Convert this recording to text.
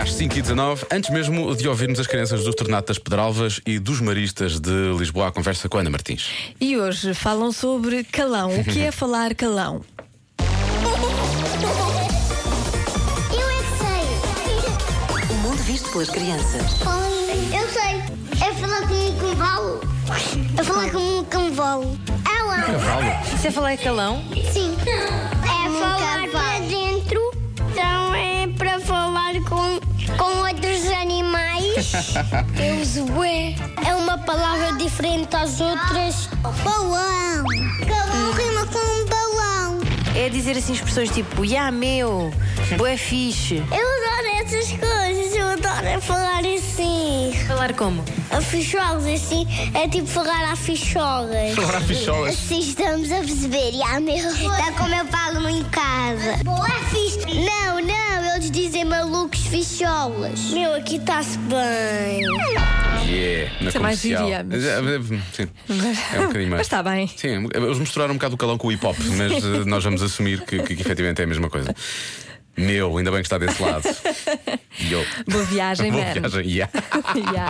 às 5h19, antes mesmo de ouvirmos as crianças do Tornado das Pedralvas e dos Maristas de Lisboa, a conversa com Ana Martins. E hoje falam sobre calão. O que é falar calão? Eu é que sei. O mundo visto pelas crianças. Eu sei. É falar com um cavalo. É falar com um cavalo. Ah lá. Você falar calão? Sim. É falar para dentro. Então é para falar com, com outros animais. Eu uso bué. É uma palavra diferente às outras. Balão. Balão rima com um balão. É dizer assim expressões tipo, ya meu, boé fixe. Eu adoro essas coisas. Eu adoro falar assim. Falar como? A ficholas, assim, é tipo falar a ficholas. Falar a ficholas. Assim estamos a perceber, e ah, meu, está como eu falo em casa. Boa, é fixe. Não, não, eles dizem malucos ficholas. Meu, aqui está-se bem. Yeah, na Isso é mais comercial. gíria, mas- Sim, é um bocadinho mais. Mas está bem. Sim, eles misturaram um bocado o calão com o hip hop, mas eh, nós vamos assumir que, que, que efetivamente é a mesma coisa. Meu, ainda bem que está desse lado. Yo. Boa viagem, Boa Ben. viagem, yeah. Ya.